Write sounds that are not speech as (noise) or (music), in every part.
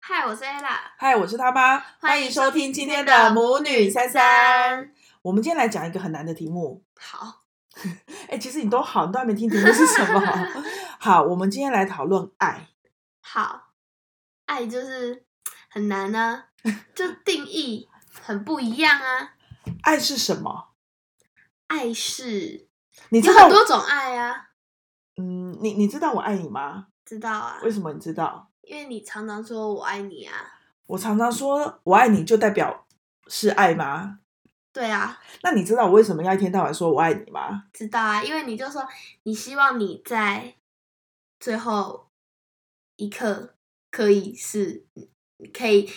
嗨，我是 Ella。嗨，我是他妈，欢欢迎迎收收听听今今天天的的母女三三三。我们今天来讲一个很难的题目。好，哎，其实你都好，你都还没听题目是什么？ (laughs) 好，我们今天来讨论爱。好，爱就是很难呢、 (laughs) 就定义很不一样啊。爱是什么？爱是你有知道很？多种爱啊，嗯，你你知道我爱你吗？知道啊，为什么你知道？因为你常常说我爱你啊。我常常说我爱你，就代表是爱吗？对啊，那你知道我为什么要一天到晚说我爱你吗？知道啊，因为你就说你希望你在最后一刻可以是可以，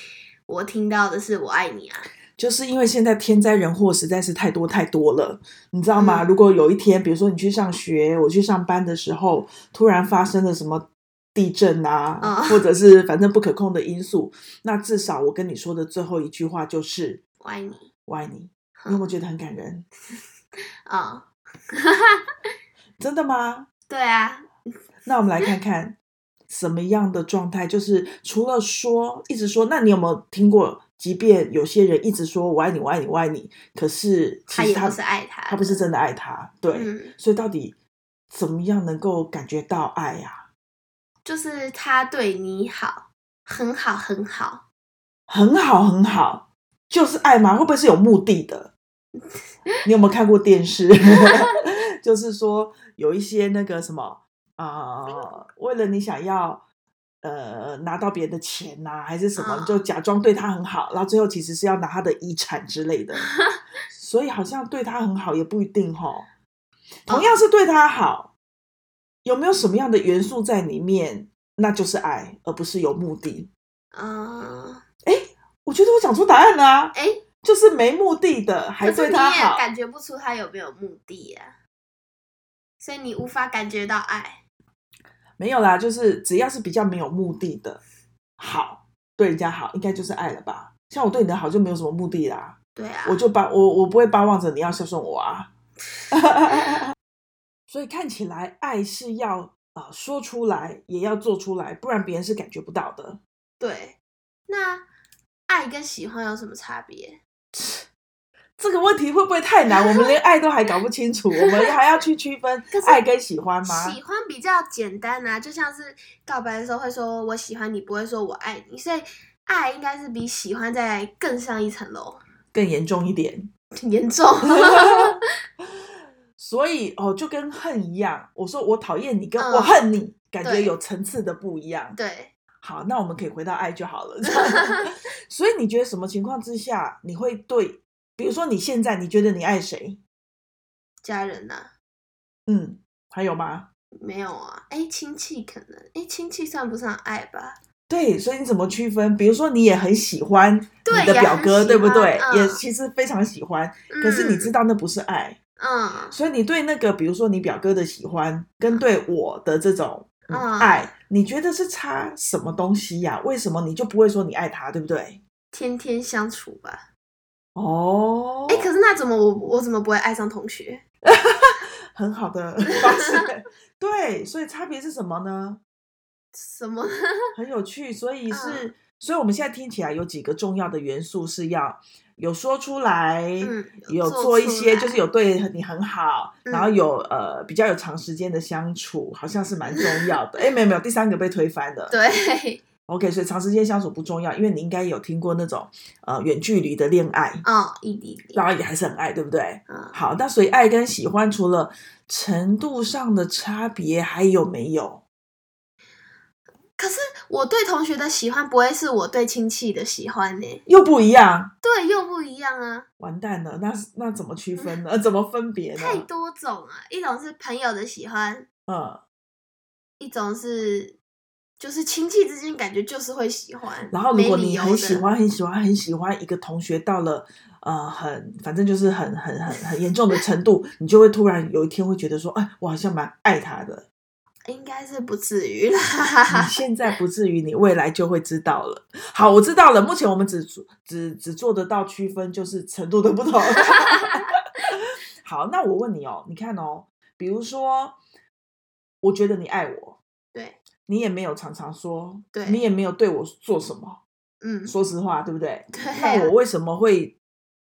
我听到的是我爱你啊。就是因为现在天灾人祸实在是太多太多了，你知道吗？嗯如果有一天，比如说你去上学，我去上班的时候，突然发生了什么地震啊，嗯或者是 (laughs) 反正不可控的因素，那至少我跟你说的最后一句话就是我爱你“我爱你”。你有没有觉得很感人？啊、真的吗？对啊，那我们来看看什么样的状态，就是除了说一直说，那你有没有听过？即便有些人一直说我爱你，我爱你，我爱你，可是其他也不是实他爱他的，他不是真的爱他，对，嗯。所以到底怎么样能够感觉到爱呀、就是他对你好，很好很好，很好，很好，就是爱吗？会不会是有目的的？你有没有看过电视？ (laughs) 就是说有一些那个什么啊、呃为了你想要呃拿到别人的钱呐、还是什么，嗯你就假装对他很好，然后最后其实是要拿他的遗产之类的。所以好像对他很好也不一定吼。同样是对他好，有没有什么样的元素在里面？那就是爱，而不是有目的。嗯，我觉得我讲出答案了、啊，哎、就是没目的的，还可是对你他也好。感觉不出他有没有目的啊，所以你无法感觉到爱。没有啦，就是只要是比较没有目的的好，对人家好，应该就是爱了吧？像我对你的好就没有什么目的啦，对啊，我就巴我我不会巴望着你要孝顺我啊。 (laughs) 所以看起来爱是要啊、呃说出来，也要做出来，不然别人是感觉不到的。对。那爱跟喜欢有什么差别？这个问题会不会太难？我们连爱都还搞不清楚，我们还要去区分可是爱跟喜欢吗？喜欢比较简单啊，就像是告白的时候会说“我喜欢你”，不会说“我爱你”，所以爱应该是比喜欢再更上一层楼， (laughs) 更严重一点。很严 (laughs) 重。所以哦，就跟恨一样，我说我讨厌你，跟嗯我恨你，感觉对有层次的不一样。对，好，那我们可以回到爱就 (laughs) 好了。 (laughs) 所以你觉得什么情况之下你会对？比如说你现在你觉得你爱谁？家人啊呐、嗯，还有吗？没有啊，哎，亲戚可能，哎，亲戚算不上爱吧？对，所以你怎么区分？比如说你也很喜欢你对的也表很哥，喜对不欢对？嗯也其实非常喜欢，可是你知道那不是爱。嗯，所以你对那个，比如说你表哥的喜欢，跟对我的这种、嗯嗯爱，你觉得是差什么东西呀、为什么你就不会说你爱他，对不对？天天相处吧。哦，哎，可是那怎么我我怎么不会爱上同学？很好 (laughs) 的发现，对，所以差别是什么呢？什么？很有趣，所以是，嗯所以我们现在听起来有几个重要的元素是要有说出来，嗯，有做做一出些，来就是有对你很好，嗯然后有呃比较有长时间的相处，好像是蛮重要的。哎，没有没有，第三个被推翻的。对， OK，所以长时间相处不重要，因为你应该有听过那种呃远距离的恋爱，哦，一滴滴，然后也还是很爱，对不对？嗯，好，那所以爱跟喜欢除了程度上的差别，还有没有？可是我对同学的喜欢不会是我对亲戚的喜欢呢？又不一样，对，又不一样啊，完蛋了，那那怎么区分呢？怎 (laughs) 么分别太呢？多种啊，一种是朋友的喜欢，嗯，一种是。就是亲戚之间感觉就是会喜欢，然后如没果理你由很喜的，欢、很喜欢、很喜欢一个同学，到了呃很反正就是很很很很严重的程度，你就会突然有一天会觉得说，哎，我好像蛮爱他的。应该是不至于啦。你现在不至于，你未来就会知道了。好，我知道了。目前我们只只只做得到区分，就是程度的不同。 (laughs) 好，那我问你哦，你看哦，比如说，我觉得你爱我，对你也没有常常说，对你也没有对我做什么，嗯，说实话，对不对？那对我为什么会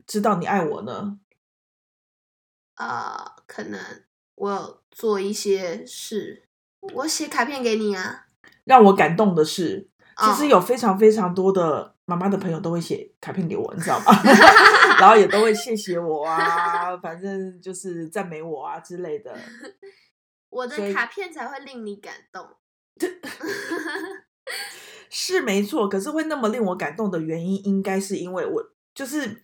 知道你爱我呢？啊、呃，可能我有做一些事，我写卡片给你啊。让我感动的是，其哦实有非常非常多的妈妈的朋友都会写卡片给我，你知道吗？ (laughs) 然后也都会谢谢我啊，反正就是赞美我啊之类的。我所以的卡片才会令你感动。是没错，可是会那么令我感动的原因，应该是因为我就是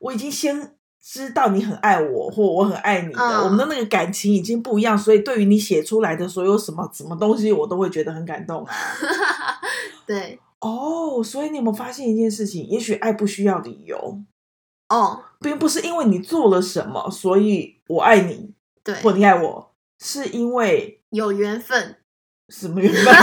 我已经先知道你很爱我，或我很爱你的，嗯我们的那个感情已经不一样，所以对于你写出来的所有什么什么东西，我都会觉得很感动啊。对，哦，所以你有没有发现一件事情？也许爱不需要理由，哦，并不是因为你做了什么，所以我爱你对，或你爱我，是因为有缘分。什么缘分？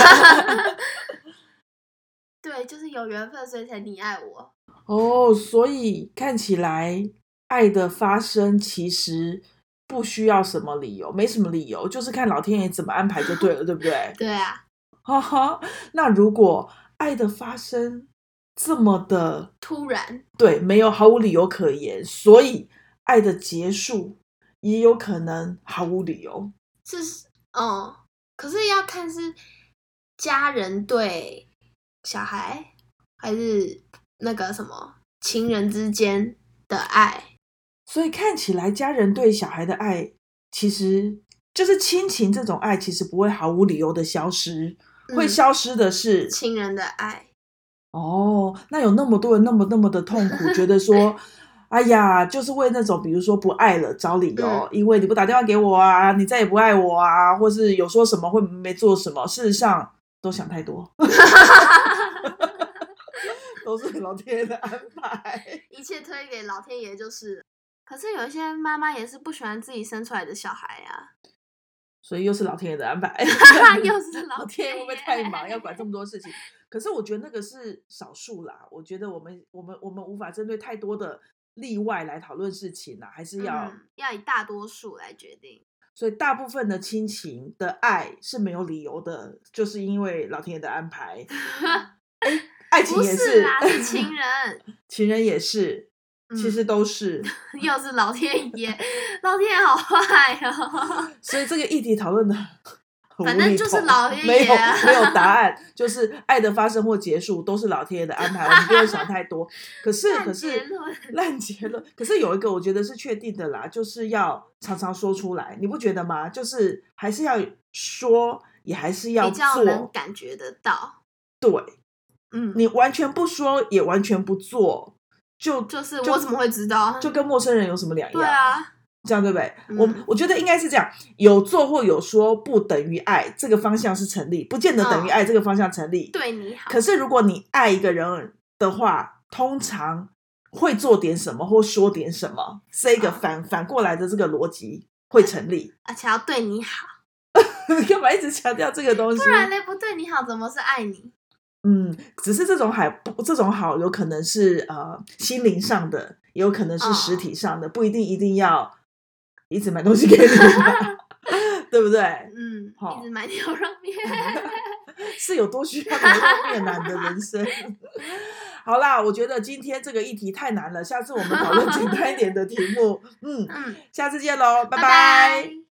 对，就是有缘分，所以才你爱我。 (laughs) 哦，所以看起来爱的发生其实不需要什么理由，没什么理由，就是看老天爷怎么安排就对了，对不对？ (laughs) 对啊，哈哈。那如果爱的发生这么的突然，对，没有毫无理由可言，所以爱的结束也有可能毫无理由。是哦、可是要看是家人对小孩，还是那个什么情人之间的爱。所以看起来，家人对小孩的爱，其实就是亲情这种爱，其实不会毫无理由的消失，会嗯消失的是亲人的爱，哦，那有那么多人那么那么的痛苦，觉得 (laughs) 说，哎呀，就是为那种比如说不爱了找理由，嗯因为你不打电话给我啊，你再也不爱我啊，或是有说什么会没做什么，事实上都想太多， (laughs) 都是老天爷的安 (laughs) 排。一切推给老天爷就是了。可是有一些妈妈也是不喜欢自己生出来的小孩 (laughs) 啊，所以又是老天爷的安排。又是 (laughs) 老老天天爷会不会爷太忙，要管这么多事情？可是我觉得那个是少数啦。我觉得我们我们我们无法针对太多的例外来讨论事情啦，还是要、嗯、要以大多数来决定。所以大部分的亲情的爱是没有理由的，就是因为老天爷的安 (laughs) 排。诶爱情不也啦，是情 (laughs) 人，情人也是，嗯其实都是。又是老天爷，老天爷好坏哦。所以这个议题讨论的 (laughs) 很无反正厘就是头老天没爷有啊没有答 (laughs) 案，就是爱的发生或结束都是老天爷的安排，我们不用想太多。可 (laughs) 是烂可结是论 (laughs) 烂结论，可是有一个我觉得是确定的啦，就是要常常说出来，你不觉得吗？就是还是要说，也还是要比较能做。感觉得到，对嗯，你完全不说，也完全不做，就就是我怎么会知道？就跟陌生人有什么两样？对啊，这样对不对？嗯我我觉得应该是这样，有做或有说不等于爱，这个方向是成立，不见得嗯等于爱这个方向成立。对你好，可是如果你爱一个人的话，通常会做点什么或说点什么，这个啊反、反过来的这个逻辑会成立。 (laughs) 而且要对你好，干嘛一直强调这个东西不？然嘞，不对你好怎么是爱你？嗯，只是这种还不这种好，有可能是呃心灵上的，也有可能是实哦体上的，不一定一定要一直买东西给你 (laughs) 嘛，对不对？嗯，好一直买牛肉面， (laughs) 是有多需要牛肉面男的人生。 (laughs) 好啦，我觉得今天这个议题 (laughs) 太难了，下次我们讨论简单一点的题目。嗯，嗯，下次见喽，拜拜拜拜